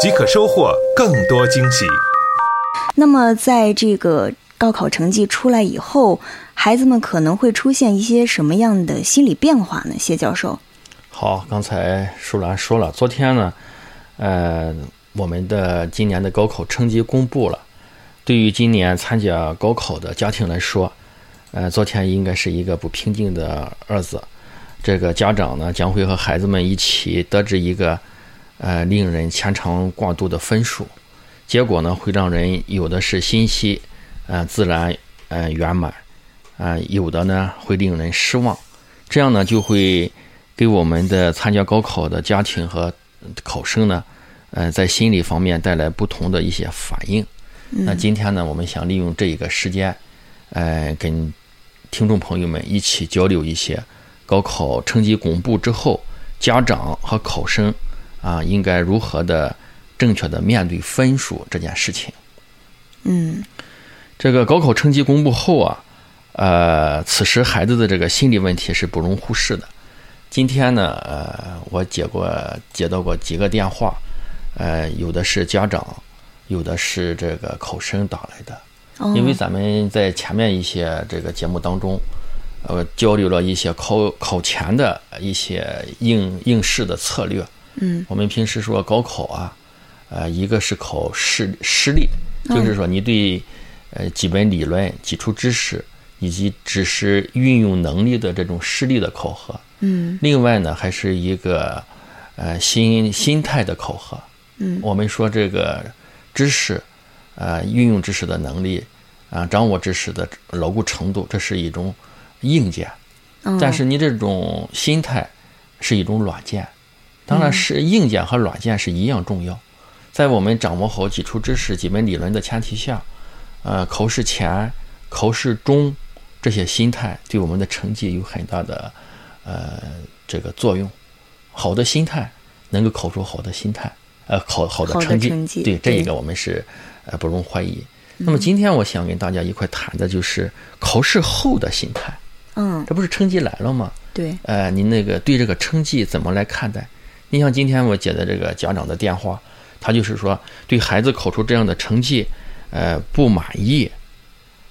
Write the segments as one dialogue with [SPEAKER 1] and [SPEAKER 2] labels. [SPEAKER 1] 即可收获更多惊喜。
[SPEAKER 2] 那么，在这个高考成绩出来以后，孩子们可能会出现一些什么样的心理变化呢？谢教授，
[SPEAKER 3] 好，刚才舒兰说了，昨天呢，呃，我们的今年的高考成绩公布了。对于今年参加高考的家庭来说，呃，昨天应该是一个不平静的日子。这个家长呢，将会和孩子们一起得知一个，呃，令人牵肠挂肚的分数。结果呢，会让人有的是欣喜，呃，自然，呃，圆满，啊、有的呢会令人失望。这样呢，就会给我们的参加高考的家庭和考生呢，呃，在心理方面带来不同的一些反应。那今天呢，我们想利用这一个时间，呃，跟听众朋友们一起交流一些高考成绩公布之后，家长和考生啊应该如何的正确的面对分数这件事情。
[SPEAKER 2] 嗯
[SPEAKER 3] 这个高考成绩公布后啊，呃，此时孩子的这个心理问题是不容忽视的。今天呢，呃，我接过接到过几个电话，呃，有的是家长，有的是这个考生打来的，
[SPEAKER 2] 哦
[SPEAKER 3] 因为咱们在前面一些这个节目当中，呃，交流了一些考考前的一些应应试的策略。
[SPEAKER 2] 嗯，
[SPEAKER 3] 我们平时说高考啊，呃，一个是考视视力，
[SPEAKER 2] 嗯
[SPEAKER 3] 就是说你对呃基本理论、基础知识以及知识运用能力的这种视力的考核。
[SPEAKER 2] 嗯，
[SPEAKER 3] 另外呢，还是一个呃心心态的考核。
[SPEAKER 2] 嗯，
[SPEAKER 3] 我们说这个知识，呃，运用知识的能力，啊、掌握知识的牢固程度，这是一种硬件。
[SPEAKER 2] 嗯
[SPEAKER 3] 但是你这种心态是一种软件，当
[SPEAKER 2] 嗯
[SPEAKER 3] 然是硬件和软件是一样重要。在我们掌握好基础知识、基本理论的前提下，呃，考试前、考试中这些心态对我们的成绩有很大的呃这个作用。好的心态能够考出好的心态，呃，考好的
[SPEAKER 2] 好的
[SPEAKER 3] 成绩。
[SPEAKER 2] 成绩
[SPEAKER 3] 对这
[SPEAKER 2] 对嗯
[SPEAKER 3] 一个我们是呃不容怀疑。那么今天我想跟大家一块谈的就是考试后的心态。
[SPEAKER 2] 嗯，
[SPEAKER 3] 这不是成绩来了吗？
[SPEAKER 2] 对，
[SPEAKER 3] 呃，您那个对这个成绩怎么来看待？你像今天我接的这个家长的电话，他就是说对孩子考出这样的成绩，呃，不满意。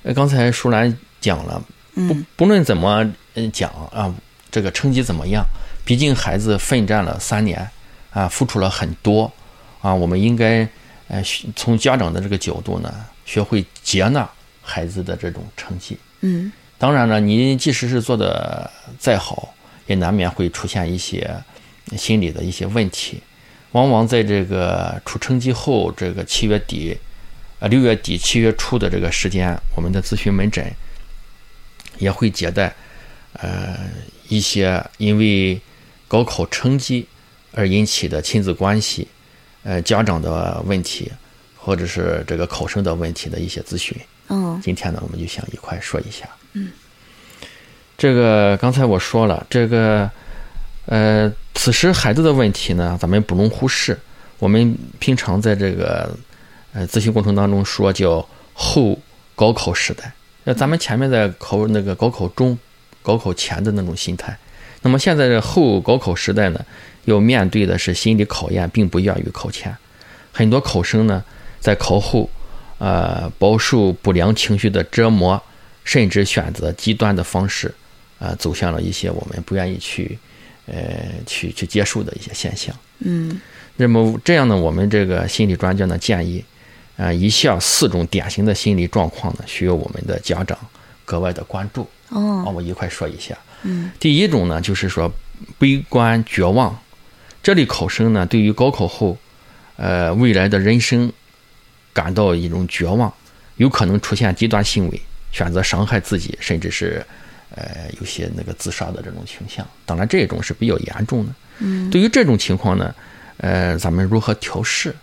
[SPEAKER 3] 呃，刚才舒兰讲了，不
[SPEAKER 2] 嗯
[SPEAKER 3] 不论怎么呃讲啊，这个成绩怎么样，毕竟孩子奋战了三年啊，付出了很多啊，我们应该呃学从家长的这个角度呢，学会接纳孩子的这种成绩。
[SPEAKER 2] 嗯
[SPEAKER 3] 当然了，您即使是做的再好，也难免会出现一些心理的一些问题。往往在这个出成绩后，这个七月底，呃六月底七月初的这个时间，我们的咨询门诊也会接待，呃一些因为高考成绩而引起的亲子关系，呃家长的问题，或者是这个考生的问题的一些咨询。
[SPEAKER 2] 嗯
[SPEAKER 3] 今天呢，我们就想一块说一下。嗯，这个刚才我说了，这个呃，此时孩子的问题呢，咱们不容忽视。我们平常在这个呃咨询过程当中说叫后高考时代，那咱们前面在考那个高考中、高考前的那种心态，那么现在的后高考时代呢，要面对的是心理考验，并不亚于考前。很多考生呢，在考后，呃，饱受不良情绪的折磨，甚至选择极端的方式，啊、走向了一些我们不愿意去，呃，去去接受的一些现象。
[SPEAKER 2] 嗯
[SPEAKER 3] 那么这样呢，我们这个心理专家呢建议，啊，以下四种典型的心理状况呢，需要我们的家长格外的关注。啊，
[SPEAKER 2] 哦
[SPEAKER 3] 我们一块说一下。
[SPEAKER 2] 嗯
[SPEAKER 3] 第一种呢，就是说悲观绝望，这类考生呢，对于高考后，呃，未来的人生感到一种绝望，有可能出现极端行为，选择伤害自己，甚至是呃有些那个自杀的这种倾向。当然，这种是比较严重的。
[SPEAKER 2] 嗯
[SPEAKER 3] 对于这种情况呢，呃，咱们如何调试？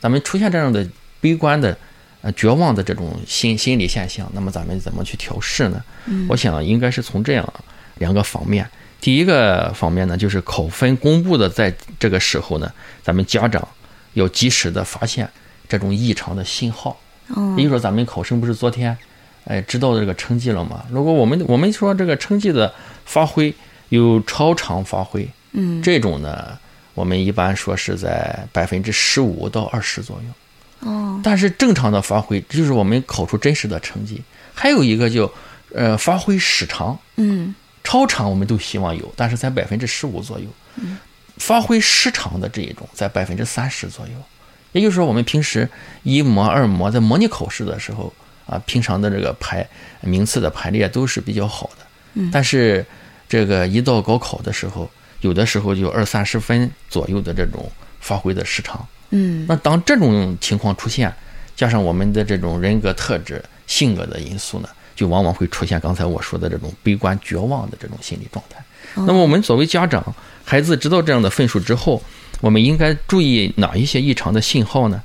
[SPEAKER 3] 咱们出现这样的悲观的、呃绝望的这种心心理现象，那么咱们怎么去调试呢？我想应该是从这样两个方面。第一个方面呢，就是考分公布的，在这个时候呢，咱们家长要及时的发现这种异常的信号。
[SPEAKER 2] 嗯
[SPEAKER 3] 比如说咱们考生不是昨天，哎，知道这个成绩了吗？如果我们我们说这个成绩的发挥有超常发挥，
[SPEAKER 2] 嗯
[SPEAKER 3] 这种呢，我们一般说是在百分之十五到二十左右。
[SPEAKER 2] 哦
[SPEAKER 3] 但是正常的发挥就是我们考出真实的成绩。还有一个就，呃，发挥失常，
[SPEAKER 2] 嗯
[SPEAKER 3] 超常我们都希望有，但是在百分之十五左右。发挥失常的这一种在百分之三十左右，也就是说我们平时一模、二模在模拟考试的时候啊，平常的这个排名次的排列都是比较好的。但是这个一到高考的时候，有的时候就二三十分左右的这种发挥的失常。
[SPEAKER 2] 嗯
[SPEAKER 3] 那当这种情况出现，加上我们的这种人格特质、性格的因素呢，就往往会出现刚才我说的这种悲观、绝望的这种心理状态。那么，我们作为家长，孩子知道这样的分数之后，我们应该注意哪一些异常的信号呢？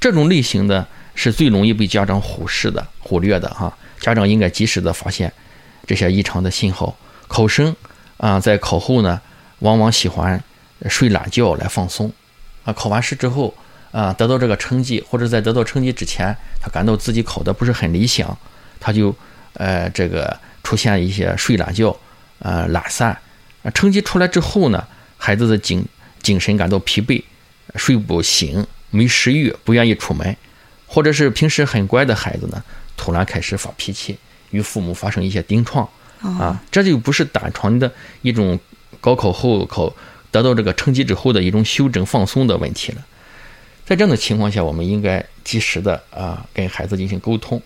[SPEAKER 3] 这种类型的是最容易被家长忽视的、忽略的哈。家长应该及时的发现这些异常的信号。考生啊、在考后呢，往往喜欢睡懒觉来放松。啊，考完试之后啊，得到这个成绩，或者在得到成绩之前，他感到自己考的不是很理想，他就呃这个出现一些睡懒觉、呃懒散、啊成绩出来之后呢，孩子的精精神感到疲惫，睡不醒，没食欲，不愿意出门，或者是平时很乖的孩子呢，突然开始发脾气，与父母发生一些顶撞，啊，这就不是单纯的一种高考后考得到这个成绩之后的一种休整放松的问题了。在这样的情况下，我们应该及时的啊跟孩子进行沟通。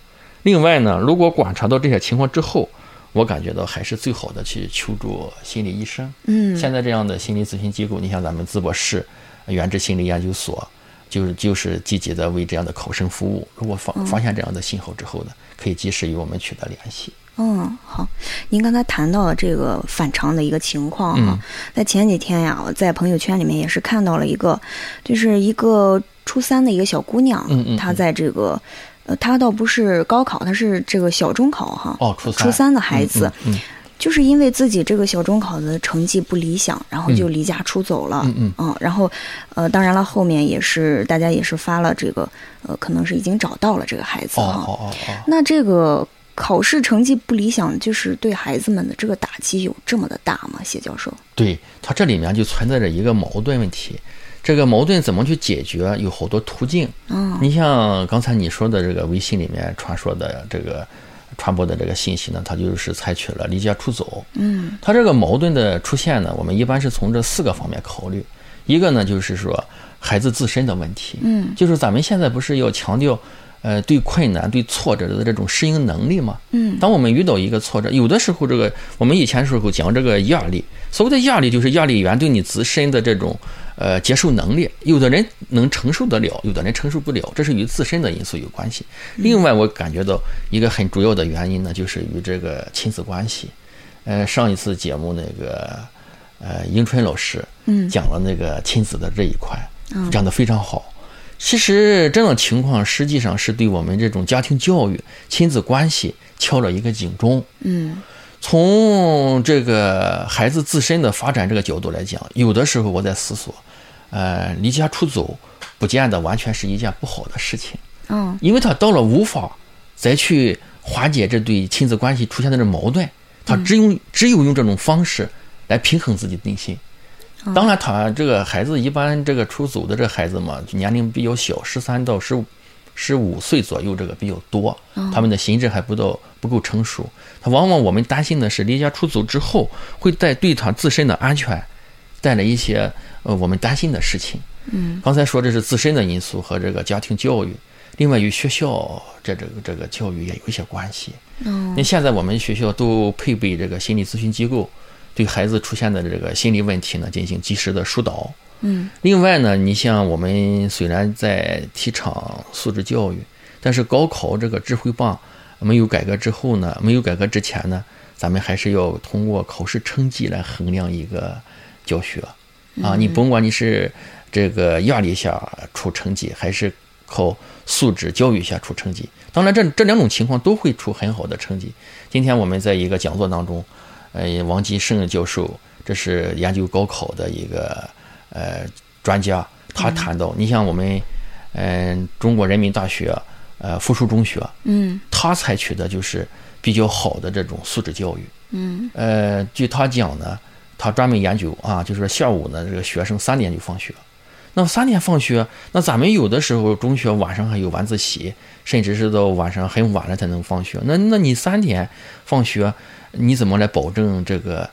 [SPEAKER 3] 另外呢，如果观察到这些情况之后，我感觉到还是最好的去求助心理医生。
[SPEAKER 2] 嗯
[SPEAKER 3] 现在这样的心理咨询机构，你像咱们淄博市呃原治心理研究所，就是就是积极的为这样的考生服务。如果发发现这样的信号之后呢，可以及时与我们取得联系。
[SPEAKER 2] 嗯，好，您刚才谈到了这个反常的一个情况哈、
[SPEAKER 3] 嗯
[SPEAKER 2] 在前几天呀，我在朋友圈里面也是看到了一个，就是一个初三的一个小姑娘，
[SPEAKER 3] 嗯嗯
[SPEAKER 2] 她在这个，呃，她倒不是高考，她是这个小中考哈，
[SPEAKER 3] 哦，初三，
[SPEAKER 2] 初三的孩子、
[SPEAKER 3] 嗯，嗯
[SPEAKER 2] 就是因为自己这个小中考的成绩不理想，然后就离家出走了。
[SPEAKER 3] 嗯嗯
[SPEAKER 2] 然后，呃，当然了，后面也是大家也是发了这个，呃，可能是已经找到了这个孩子
[SPEAKER 3] 哦
[SPEAKER 2] 哈、
[SPEAKER 3] 哦哦哦，
[SPEAKER 2] 那这个考试成绩不理想，就是对孩子们的这个打击有这么的大吗？谢教授？
[SPEAKER 3] 对，它这里面就存在着一个矛盾问题。这个矛盾怎么去解决？有好多途径。
[SPEAKER 2] 嗯
[SPEAKER 3] 你像刚才你说的这个微信里面传说的这个传播的这个信息呢，它就是采取了离家出走。
[SPEAKER 2] 嗯
[SPEAKER 3] 它这个矛盾的出现呢，我们一般是从这四个方面考虑。一个呢，就是说孩子自身的问题，
[SPEAKER 2] 嗯
[SPEAKER 3] 就是咱们现在不是要强调，呃，对困难、对挫折的这种适应能力吗？
[SPEAKER 2] 嗯
[SPEAKER 3] 当我们遇到一个挫折，有的时候这个我们以前时候讲这个压力，所谓的压力就是压力源对你自身的这种呃接受能力，有的人能承受得了，有的人承受不了，这是与自身的因素有关系。另外，我感觉到一个很主要的原因呢，就是与这个亲子关系。呃，上一次节目那个呃迎春老师
[SPEAKER 2] 嗯
[SPEAKER 3] 讲了那个亲子的这一块，讲得非常好。其实这种情况实际上是对我们这种家庭教育、亲子关系敲了一个警钟。
[SPEAKER 2] 嗯
[SPEAKER 3] 从这个孩子自身的发展这个角度来讲，有的时候我在思索，呃，离家出走不见得完全是一件不好的事情，
[SPEAKER 2] 嗯
[SPEAKER 3] 因为他到了无法再去化解这对亲子关系出现的这矛盾，他只用、只有用这种方式来平衡自己的内心。当然，他这个孩子一般这个出走的这孩子嘛，年龄比较小，十三到十五十五岁左右这个比较多，他们的心智还不到不够成熟。他往往我们担心的是离家出走之后会带对他自身的安全带来一些呃我们担心的事情。
[SPEAKER 2] 嗯，
[SPEAKER 3] 刚才说这是自身的因素和这个家庭教育，另外与学校这这个这个教育也有一些关系。
[SPEAKER 2] 嗯
[SPEAKER 3] 那现在我们学校都配备这个心理咨询机构，对孩子出现的这个心理问题呢进行及时的疏导。
[SPEAKER 2] 嗯，
[SPEAKER 3] 另外呢，你像我们虽然在提倡素质教育，但是高考这个智慧棒没有改革之后呢，没有改革之前呢，咱们还是要通过考试成绩来衡量一个教学啊。你甭管你是这个压力下出成绩，还是靠素质教育下出成绩。当然这，这这两种情况都会出很好的成绩。今天我们在一个讲座当中，呃，王吉胜教授，这是研究高考的一个呃专家，他谈到，你像我们，嗯、呃，中国人民大学，呃，附属中学，
[SPEAKER 2] 嗯
[SPEAKER 3] 他采取的就是比较好的这种素质教育。
[SPEAKER 2] 嗯
[SPEAKER 3] 呃，据他讲呢，他专门研究啊，就是说下午呢，这个学生三点就放学。那么三点放学，那咱们有的时候中学晚上还有晚自习，甚至是到晚上很晚了才能放学。那那你三点放学，你怎么来保证这个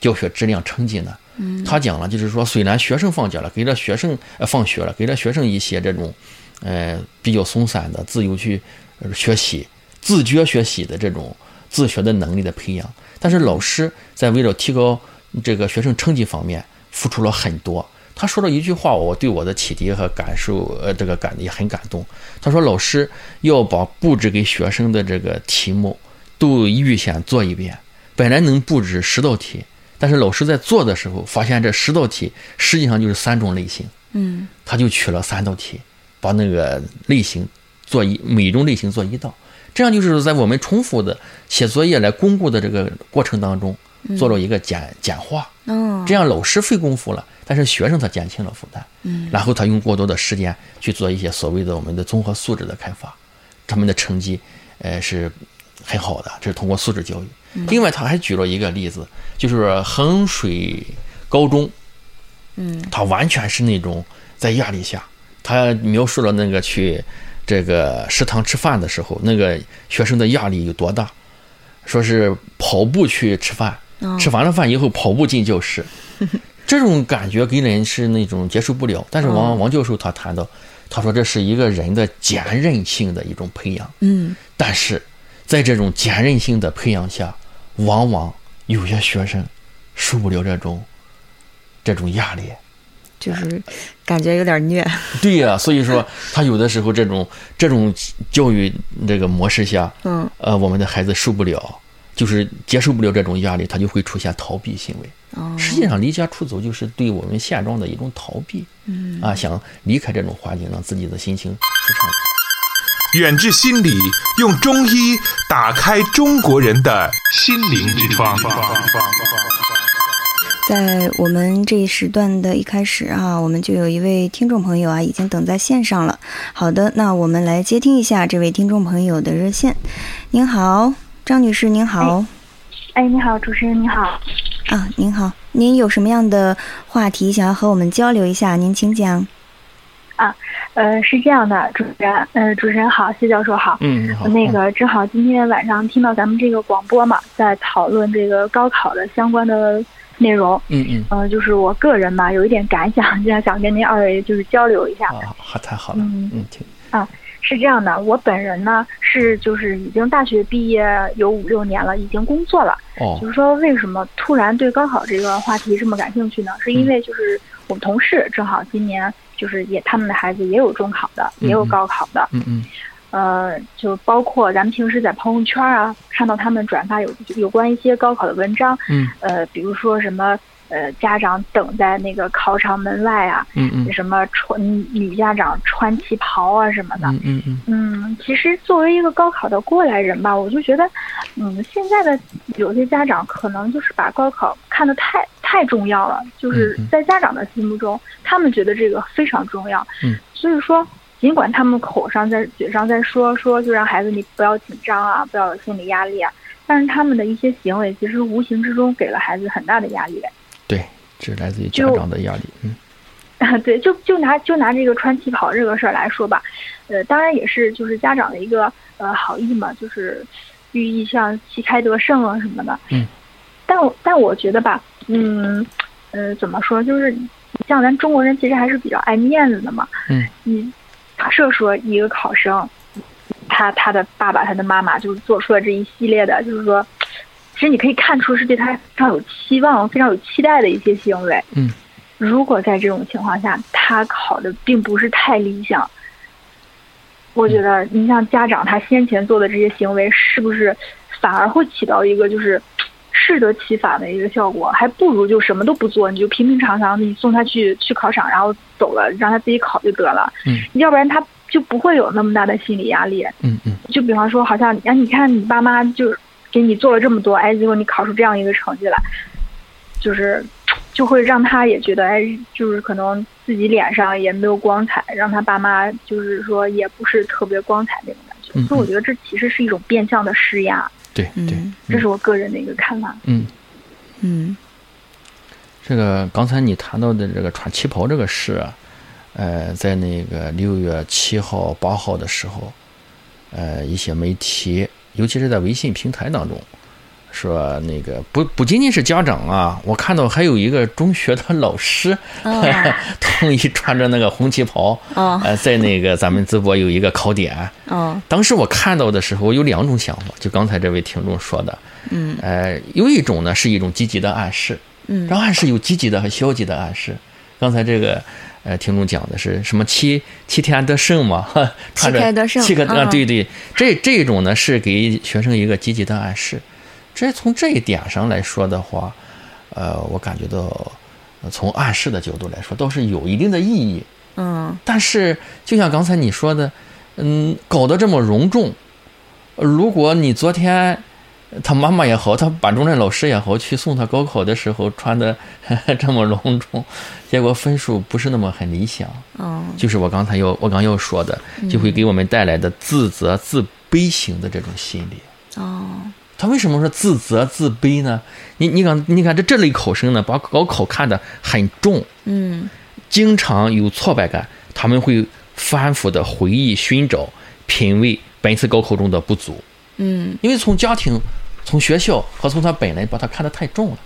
[SPEAKER 3] 教学质量成绩呢？
[SPEAKER 2] 嗯
[SPEAKER 3] 他讲了，就是说虽然学生放假了，给了学生呃放学了，给了学生一些这种呃比较松散的自由去呃学习、自觉学习的这种自学的能力的培养，但是老师在为了提高这个学生成绩方面付出了很多。他说了一句话，我对我的启迪和感受，呃，这个感也很感动。他说，老师要把布置给学生的这个题目都预先做一遍。本来能布置十道题，但是老师在做的时候发现这十道题实际上就是三种类型，
[SPEAKER 2] 嗯
[SPEAKER 3] 他就取了三道题，把那个类型做一每种类型做一道，这样就是在我们重复的写作业来巩固的这个过程当中做了一个简简化，
[SPEAKER 2] 嗯哦，
[SPEAKER 3] 这样老师费功夫了，但是学生他减轻了负担，
[SPEAKER 2] 嗯，
[SPEAKER 3] 然后他用过多的时间去做一些所谓的我们的综合素质的开发，他们的成绩，呃是很好的，这是通过素质教育。
[SPEAKER 2] 嗯
[SPEAKER 3] 另外，他还举了一个例子，就是衡水高中，
[SPEAKER 2] 嗯，
[SPEAKER 3] 他完全是那种在压力下，他描述了那个去这个食堂吃饭的时候，那个学生的压力有多大，说是跑步去吃饭，
[SPEAKER 2] 哦
[SPEAKER 3] 吃完了饭以后跑步进 教室，这种感觉给人是那种接受不了。但是
[SPEAKER 2] 哦
[SPEAKER 3] 王、王教授他谈到，他说这是一个人的坚韧性的一种培养，
[SPEAKER 2] 嗯
[SPEAKER 3] 但是在这种坚韧性的培养下，往往有些学生受不了这种这种压力。
[SPEAKER 2] 就是感觉有点虐，
[SPEAKER 3] 对呀、所以说他有的时候这种这种教育这个模式下，
[SPEAKER 2] 嗯
[SPEAKER 3] 呃，我们的孩子受不了，就是接受不了这种压力，他就会出现逃避行为。
[SPEAKER 2] 哦
[SPEAKER 3] 实际上，离家出走就是对我们现状的一种逃避，嗯啊，想离开这种环境，让自己的心情舒畅。
[SPEAKER 1] 远志心理用中医打开中国人的心灵之窗。
[SPEAKER 2] 在我们这一时段的一开始啊，我们就有一位听众朋友啊，已经等在线上了。好的，那我们来接听一下这位听众朋友的热线。您好，张女士，您好、
[SPEAKER 4] 哎，你好，主持人你好。
[SPEAKER 2] 啊，您好，您有什么样的话题想要和我们交流一下？您请讲。
[SPEAKER 4] 呃，是这样的，主持人，呃，主持人好，谢教授好。
[SPEAKER 3] 嗯，你好，
[SPEAKER 4] 那个正好今天晚上听到咱们这个广播嘛，在讨论这个高考的相关的内容。
[SPEAKER 3] 嗯，嗯
[SPEAKER 4] 呃，就是我个人吧，有一点感想，就想跟您二位就是交流一下。
[SPEAKER 3] 嗯，啊，好，太好了，
[SPEAKER 4] 嗯
[SPEAKER 3] 嗯，挺，
[SPEAKER 4] 是这样的，我本人呢是就是已经大学毕业有五六年了，已经工作了。
[SPEAKER 3] 哦
[SPEAKER 4] 就是说，为什么突然对高考这个话题这么感兴趣
[SPEAKER 3] 嗯
[SPEAKER 4] 呢？是因为就是我们同事正好今年就是也他们的孩子也有中考的，
[SPEAKER 3] 嗯
[SPEAKER 4] 也有高考的，
[SPEAKER 3] 嗯嗯
[SPEAKER 4] 呃，就包括咱们平时在朋友圈啊看到他们转发有有关一些高考的文章，
[SPEAKER 3] 嗯
[SPEAKER 4] 呃，比如说什么呃家长等在那个考场门外啊，
[SPEAKER 3] 嗯嗯
[SPEAKER 4] 什么穿女家长穿旗袍啊什么的，
[SPEAKER 3] 嗯嗯嗯，
[SPEAKER 4] 嗯，其实作为一个高考的过来人吧，我就觉得，嗯，现在的有些家长可能就是把高考看得太太重要了，就是
[SPEAKER 3] 嗯嗯
[SPEAKER 4] 在家长的心目中，他们觉得这个非常重要。
[SPEAKER 3] 嗯，
[SPEAKER 4] 所以说，尽管他们口上在嘴上在说说，就让孩子你不要紧张啊，不要有心理压力啊，但是他们的一些行为其实无形之中给了孩子很大的压力。
[SPEAKER 3] 对，这来自于家
[SPEAKER 4] 就
[SPEAKER 3] 长的压力，嗯
[SPEAKER 4] 啊， 对，就就拿就拿这个穿旗袍这个事儿来说吧，呃，当然也是就是家长的一个呃好意嘛，就是寓意像旗开得胜啊什么的。
[SPEAKER 3] 嗯。
[SPEAKER 4] 但我但我觉得吧，嗯，呃，怎么说，就是像咱中国人其实还是比较爱面子的嘛。
[SPEAKER 3] 嗯。
[SPEAKER 4] 你假设说一个考生，他他的爸爸他的妈妈就是做出了这一系列的，就是说，其实你可以看出是对他非常有期望、非常有期待的一些行为。如果在这种情况下，他考的并不是太理想，我觉得你像家长他先前做的这些行为，是不是反而会起到一个就是适得其反的一个效果，还不如就什么都不做，你就平平常常的你送他去去考场，然后走了，让他自己考就得了。
[SPEAKER 3] 嗯，
[SPEAKER 4] 要不然他就不会有那么大的心理压力。
[SPEAKER 3] 嗯嗯
[SPEAKER 4] 就比方说，好像哎，你看你爸妈就是给你做了这么多，哎，结果你考出这样一个成绩来，就是就会让他也觉得，哎，就是可能自己脸上也没有光彩，让他爸妈就是说也不是特别光彩那种感觉。
[SPEAKER 3] 嗯嗯
[SPEAKER 4] 所以我觉得这其实是一种变相的施压，
[SPEAKER 3] 对对，
[SPEAKER 2] 嗯
[SPEAKER 4] 这是我个人的一个看法。
[SPEAKER 3] 嗯，
[SPEAKER 2] 嗯
[SPEAKER 3] 这个刚才你谈到的这个穿旗袍这个事啊，呃，在那个六月七号、八号的时候，呃，一些媒体，尤其是在微信平台当中，说那个不不仅仅是家长啊，我看到还有一个中学的老师，
[SPEAKER 2] 哦
[SPEAKER 3] 统一穿着那个红旗袍，
[SPEAKER 2] 哦
[SPEAKER 3] 呃，在那个咱们淄博有一个考点，
[SPEAKER 2] 哦
[SPEAKER 3] 当时我看到的时候，我有两种想法，就刚才这位听众说的，
[SPEAKER 2] 嗯
[SPEAKER 3] 呃，有一种呢是一种积极的暗示，
[SPEAKER 2] 嗯
[SPEAKER 3] 然后暗示有积极的和消极的暗示。刚才这个呃听众讲的是什么七七天得胜嘛， 哈穿着
[SPEAKER 2] 七天得胜
[SPEAKER 3] 七个啊，
[SPEAKER 2] 嗯
[SPEAKER 3] 对对，这这种呢是给学生一个积极的暗示。这从这一点上来说的话，呃，我感觉到呃从暗示的角度来说，倒是有一定的意义。
[SPEAKER 2] 嗯
[SPEAKER 3] 但是就像刚才你说的，嗯，搞得这么隆重，呃如果你昨天呃他妈妈也好，他班主任老师也好，去送他高考的时候穿的 这么隆重，结果分数不是那么很理想，
[SPEAKER 2] 哦
[SPEAKER 3] 就是我刚才要我刚要说的，就会给我们带来的自责自卑型的这种心理。
[SPEAKER 2] 哦
[SPEAKER 3] 他为什么说自责自卑呢？你你看你看这这类考生呢，把高考看得很重，
[SPEAKER 2] 嗯
[SPEAKER 3] 经常有挫败感，他们会反复的回忆、寻找、品味本次高考中的不足，
[SPEAKER 2] 嗯
[SPEAKER 3] 因为从家庭、从学校和从他本人把他看得太重了，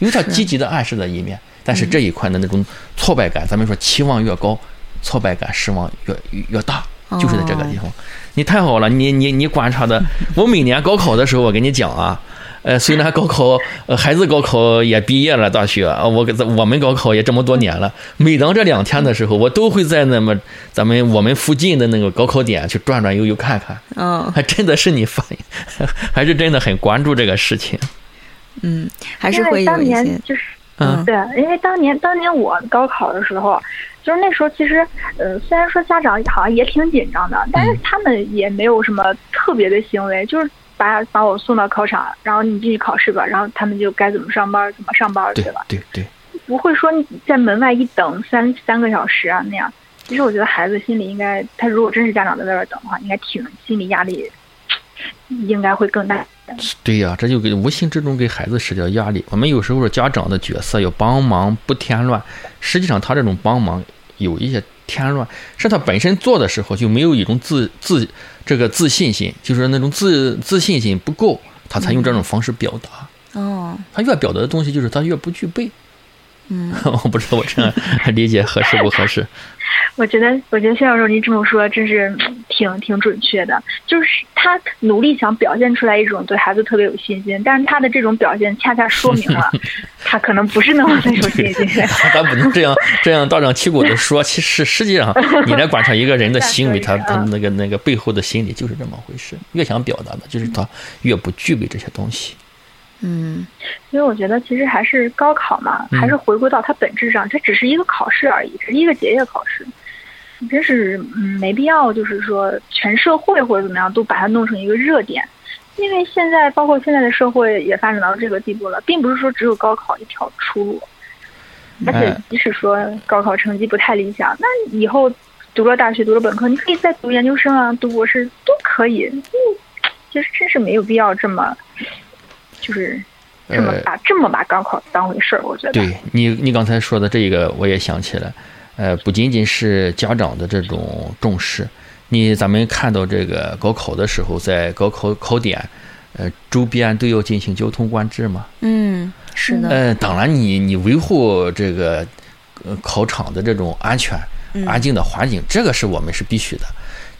[SPEAKER 3] 有点积极的暗示的一面，但是这一块的那种挫败感，咱们说期望越高，挫败感失望越越越大。就是在这个地方，你太好了，你你你观察的，我每年高考的时候，我跟你讲啊，呃，虽然高考，呃，孩子高考也毕业了，大学啊，我给咱我们高考也这么多年了，每当这两天的时候，我都会在那么咱们我们附近的那个高考点去转转悠悠看看，
[SPEAKER 2] 哦
[SPEAKER 3] 还真的是你发，还是真的很关注这个事情，
[SPEAKER 2] 嗯，还是
[SPEAKER 4] 因
[SPEAKER 2] 会
[SPEAKER 4] 为
[SPEAKER 2] 有
[SPEAKER 4] 当
[SPEAKER 2] 一
[SPEAKER 4] 年
[SPEAKER 2] 些
[SPEAKER 4] 就是
[SPEAKER 3] 嗯
[SPEAKER 4] 对，因为当年当年我高考的时候，就是那时候其实，呃，虽然说家长好像也挺紧张的，但是
[SPEAKER 3] 嗯
[SPEAKER 4] 他们也没有什么特别的行为，就是把把我送到考场，然后你进去考试吧，然后他们就该怎么上班怎么上班，
[SPEAKER 3] 对
[SPEAKER 4] 吧？
[SPEAKER 3] 对对，
[SPEAKER 4] 不会说你在门外一等三三个小时啊那样。其实我觉得孩子心里应该，他如果真是家长在外边等的话，应该挺心理压力，应该会更大。
[SPEAKER 3] 对呀、这就给无形之中给孩子施加压力。我们有时候家长的角色要帮忙不添乱，实际上他这种帮忙有一些添乱，是他本身做的时候就没有一种自自这个自信心，就是那种自自信心不够，他才用这种方式表达。
[SPEAKER 2] 哦
[SPEAKER 3] 他越表达的东西，就是他越不具备。
[SPEAKER 2] 嗯，
[SPEAKER 3] 我不知道我这样理解合适不合适。
[SPEAKER 4] 我觉得，我觉得谢教授您这么说真是嗯挺挺准确的，就是他努力想表现出来一种对孩子特别有信心，但是他的这种表现恰恰说明了他可能不是那么有信心。
[SPEAKER 3] 咱不能这样这样大张旗鼓的说，其实实际上你来观察一个人的行 为，他
[SPEAKER 4] 啊
[SPEAKER 3] 他那个那个背后的心理就是这么回事。越想表达的，就是他越不具备这些东西。
[SPEAKER 2] 嗯
[SPEAKER 4] 所以我觉得，其实还是高考嘛，
[SPEAKER 3] 嗯
[SPEAKER 4] 还是回归到它本质上，这只是一个考试而已，只是一个结业考试。真是嗯，没必要，就是说全社会或者怎么样，都把它弄成一个热点，因为现在包括现在的社会也发展到这个地步了，并不是说只有高考一条出路。而且
[SPEAKER 3] 哎
[SPEAKER 4] 即使说高考成绩不太理想，那以后读了大学、读了本科，你可以再读研究生啊，读博士都可以。嗯，其实真是没有必要这么，就是这么
[SPEAKER 3] 呃
[SPEAKER 4] 把、这么把高考当回事儿。我觉得，
[SPEAKER 3] 对你，你刚才说的这个，我也想起来，呃，不仅仅是家长的这种重视，你咱们看到这个高考的时候，在高考考点，呃，周边都要进行交通管制嘛。
[SPEAKER 2] 嗯，是的，
[SPEAKER 3] 呃，当然你，你维护这个呃考场的这种安全、安静的环境，这个是我们是必须的。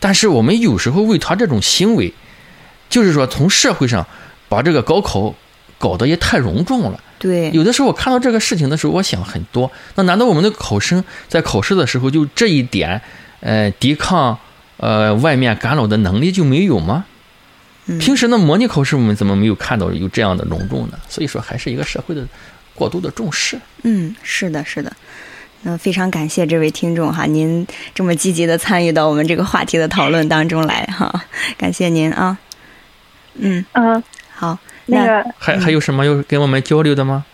[SPEAKER 3] 但是我们有时候为他这种行为，就是说从社会上把这个高考搞得也太隆重了。
[SPEAKER 2] 对，
[SPEAKER 3] 有的时候我看到这个事情的时候，我想很多。那难道我们的考生在考试的时候就这一点，呃，抵抗呃外面干扰的能力就没有吗？
[SPEAKER 2] 嗯
[SPEAKER 3] 平时呢，模拟考试我们怎么没有看到有这样的隆重呢？所以说，还是一个社会的过度的重视。
[SPEAKER 2] 嗯，是的，是的。那非常感谢这位听众哈，您这么积极的参与到我们这个话题的讨论当中来哈，感谢您啊。嗯，
[SPEAKER 4] 嗯，
[SPEAKER 2] 好，
[SPEAKER 4] 那
[SPEAKER 2] 那
[SPEAKER 4] 个
[SPEAKER 3] 还还有什么要跟我们交流的吗？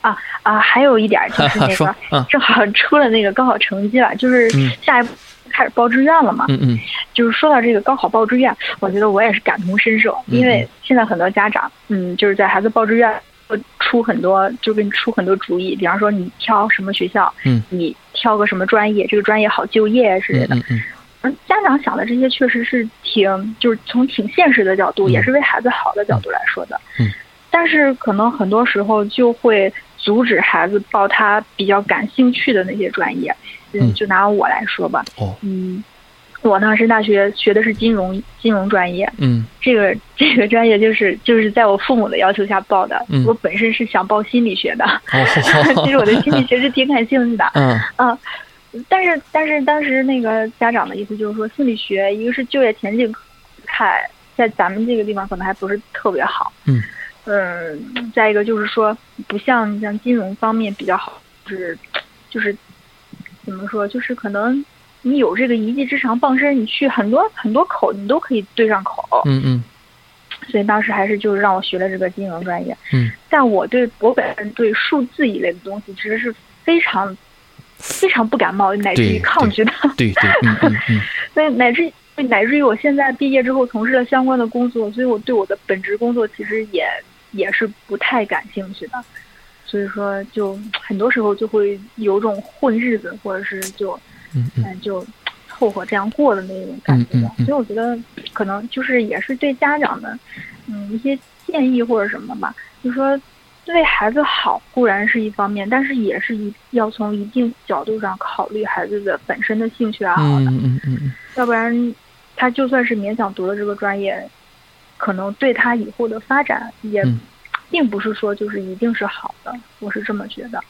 [SPEAKER 4] 啊，还有一点就
[SPEAKER 3] 哈哈，
[SPEAKER 4] 是那
[SPEAKER 3] 说
[SPEAKER 4] 个，
[SPEAKER 3] 啊，
[SPEAKER 4] 正好出了那个高考成绩了，就是
[SPEAKER 3] 嗯
[SPEAKER 4] 下一步开始报志愿了嘛。
[SPEAKER 3] 嗯嗯
[SPEAKER 4] 就是说到这个高考报志愿，我觉得我也是感同身受，
[SPEAKER 3] 嗯
[SPEAKER 4] 因为现在很多家长，嗯，就是在孩子报志愿会出很多，就给你出很多主意，比方说你挑什么学校，
[SPEAKER 3] 嗯
[SPEAKER 4] 你挑个什么专业，这个专业好就业之类
[SPEAKER 3] 嗯
[SPEAKER 4] 的。
[SPEAKER 3] 嗯嗯，
[SPEAKER 4] 而家长想的这些确实是挺，就是从挺现实的角度，
[SPEAKER 3] 嗯
[SPEAKER 4] 也是为孩子好的角度来说的。
[SPEAKER 3] 嗯，
[SPEAKER 4] 但是可能很多时候就会阻止孩子报他比较感兴趣的那些专业。
[SPEAKER 3] 嗯
[SPEAKER 4] 就拿我来说吧，
[SPEAKER 3] 哦，
[SPEAKER 4] 嗯，我当时大学学的是金融金融专业，
[SPEAKER 3] 嗯
[SPEAKER 4] 这个这个专业就是就是在我父母的要求下报的。
[SPEAKER 3] 嗯
[SPEAKER 4] 我本身是想报心理学的，
[SPEAKER 3] 哦，
[SPEAKER 4] 其实我对心理学是挺感兴趣的。
[SPEAKER 3] 嗯
[SPEAKER 4] 但是但是当时那个家长的意思就是说，心理学一个是就业前景看，在咱们这个地方可能还不是特别好。
[SPEAKER 3] 嗯
[SPEAKER 4] 嗯，再一个就是说，不像像金融方面比较好，就是就是怎么说，就是可能你有这个一技之长傍身，你去很多很多口你都可以对上口。
[SPEAKER 3] 嗯嗯
[SPEAKER 4] 所以当时还是就是让我学了这个金融专业。
[SPEAKER 3] 嗯，
[SPEAKER 4] 但我对我本人对数字一类的东西其实是非常非常不感冒，乃至
[SPEAKER 3] 对
[SPEAKER 4] 于抗拒的。
[SPEAKER 3] 对对，嗯嗯嗯
[SPEAKER 4] 所以乃至乃至于我现在毕业之后从事了相关的工作，所以我对我的本职工作其实也也是不太感兴趣的。所以说，就很多时候就会有种混日子，或者是就
[SPEAKER 3] 嗯嗯
[SPEAKER 4] 嗯，就凑合这样过的那种感觉
[SPEAKER 3] 嗯嗯
[SPEAKER 4] 吧。
[SPEAKER 3] 嗯
[SPEAKER 4] 所以我觉得可能就是也是对家长的，嗯，一些建议或者什么吧，就说为孩子好固然是一方面，但是也是一要从一定角度上考虑孩子的本身的兴趣爱好的，
[SPEAKER 3] 嗯嗯嗯，
[SPEAKER 4] 要不然他就算是勉强读了这个专业，可能对他以后的发展也
[SPEAKER 3] 嗯
[SPEAKER 4] 并不是说就是一定是好的，我是这么觉得。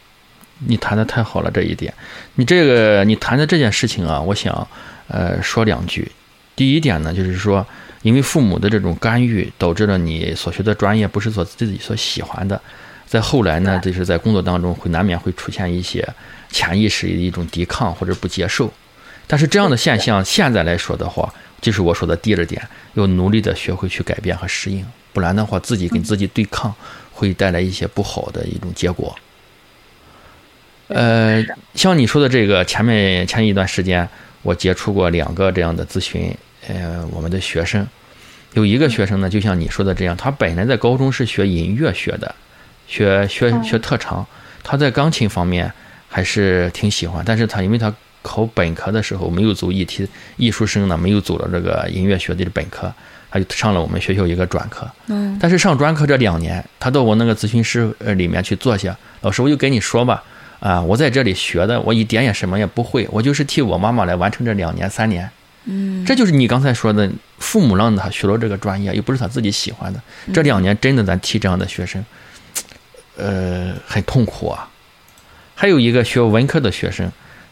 [SPEAKER 3] 你谈的太好了这一点，你这个你谈的这件事情啊，我想呃说两句。第一点呢，就是说，因为父母的这种干预，导致了你所学的专业不是所自己所喜欢的，在后来呢，就是在工作当中会难免会出现一些潜意识的一种抵抗或者不接受。但是这样的现象，现在来说的话，就是我说的第二点，要努力的学会去改变和适应，不然的话，自己跟自己对抗，会带来一些不好的一种结果。呃
[SPEAKER 4] 是的，
[SPEAKER 3] 像你说的这个，前面前一段时间我接触过两个这样的咨询，呃，我们的学生有一个学
[SPEAKER 4] 嗯
[SPEAKER 3] 生呢，就像你说的这样，他本来在高中是学音乐学的，学学
[SPEAKER 4] 嗯
[SPEAKER 3] 学特长，他在钢琴方面还是挺喜欢，但是他因为他考本科的时候没有走艺体艺术生呢，没有走了这个音乐学的本科，他就上了我们学校一个专科，
[SPEAKER 2] 嗯
[SPEAKER 3] 但是上专科这两年，他到我那个咨询室呃里面去坐下，老师我就跟你说吧，啊，我在这里学的，我一点也什么也不会，我就是替我妈妈来完成这两年三年。
[SPEAKER 2] 嗯，
[SPEAKER 3] 这就是你刚才说的，父母让他学了这个专业，又不是他自己喜欢的。这两年真的，咱替这样的学生，呃，很痛苦啊。还有一个学文科的学生，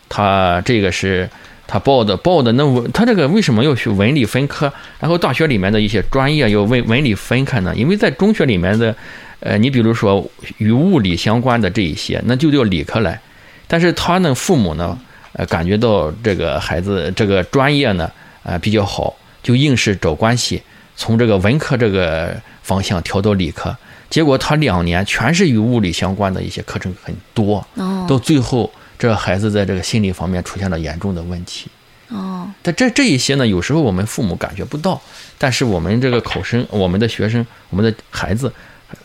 [SPEAKER 3] 他这个是他报的报的那文，他这个为什么要学文理分科？然后大学里面的一些专业要文文理分开呢？因为在中学里面的，呃，你比如说与物理相关的这一些，那就叫理科来。但是他呢，父母呢，呃，感觉到这个孩子这个专业呢，呃，比较好，就硬是找关系，从这个文科这个方向调到理科。结果他两年全是与物理相关的一些课程很多，
[SPEAKER 2] 哦
[SPEAKER 3] 到最后这孩子在这个心理方面出现了严重的问题。
[SPEAKER 2] 哦，
[SPEAKER 3] 但这这一些呢，有时候我们父母感觉不到，但是我们这个考生、我们的学生、我们的孩子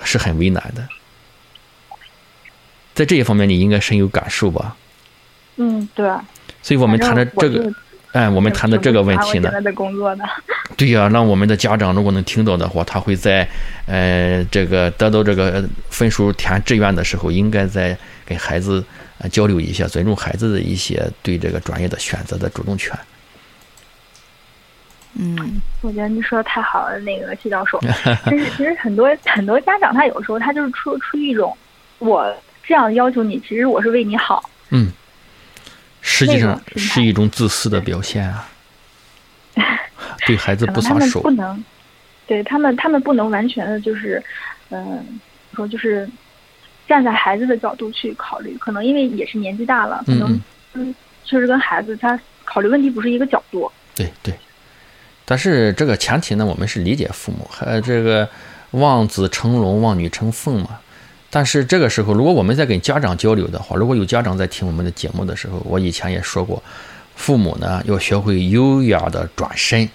[SPEAKER 3] 是很为难的。在这一方面，你应该深有感受吧？
[SPEAKER 4] 嗯，对。
[SPEAKER 3] 所以我
[SPEAKER 4] 我
[SPEAKER 3] 们谈的这个，哎，我
[SPEAKER 4] 我
[SPEAKER 3] 们谈的这个问题
[SPEAKER 4] 我
[SPEAKER 3] 呢
[SPEAKER 4] 现，在的工作呢？
[SPEAKER 3] 对呀、让我们的家长如果能听到的话，他会在呃这个得到这个分数填志愿的时候，应该在跟孩子呃交流一下，尊重孩子的一些对这个专业的选择的主动权。
[SPEAKER 2] 嗯
[SPEAKER 4] 我觉得你说的太好了，那个谢教 授。但是其实很多很多家长他有时候他就是出出于一种我这样要求你，其实我是为你好。
[SPEAKER 3] 嗯，实际
[SPEAKER 4] 那
[SPEAKER 3] 上
[SPEAKER 4] 种心态
[SPEAKER 3] 是一种自私的表现啊，对孩子
[SPEAKER 4] 可能
[SPEAKER 3] 不
[SPEAKER 4] 他
[SPEAKER 3] 撒
[SPEAKER 4] 们
[SPEAKER 3] 手
[SPEAKER 4] 不。能，对他们，他们不能完全的就是，嗯、说就是站在孩子的角度去考虑，可能因为也是年纪大了，可
[SPEAKER 3] 嗯
[SPEAKER 4] 能
[SPEAKER 3] 嗯，
[SPEAKER 4] 确实跟孩子他考虑问题不是一个角度。
[SPEAKER 3] 对对。但是这个前提呢，我们是理解父母，呃，这个望子成龙，望女成凤嘛。但是这个时候，如果我们在跟家长交流的话，如果有家长在听我们的节目的时候，我以前也说过，父母呢要学会优雅的转身，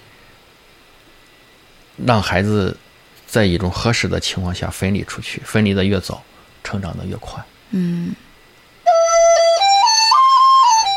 [SPEAKER 3] 让孩子在一种合适的情况下分离出去，分离的越早，成长的越快。
[SPEAKER 2] 嗯，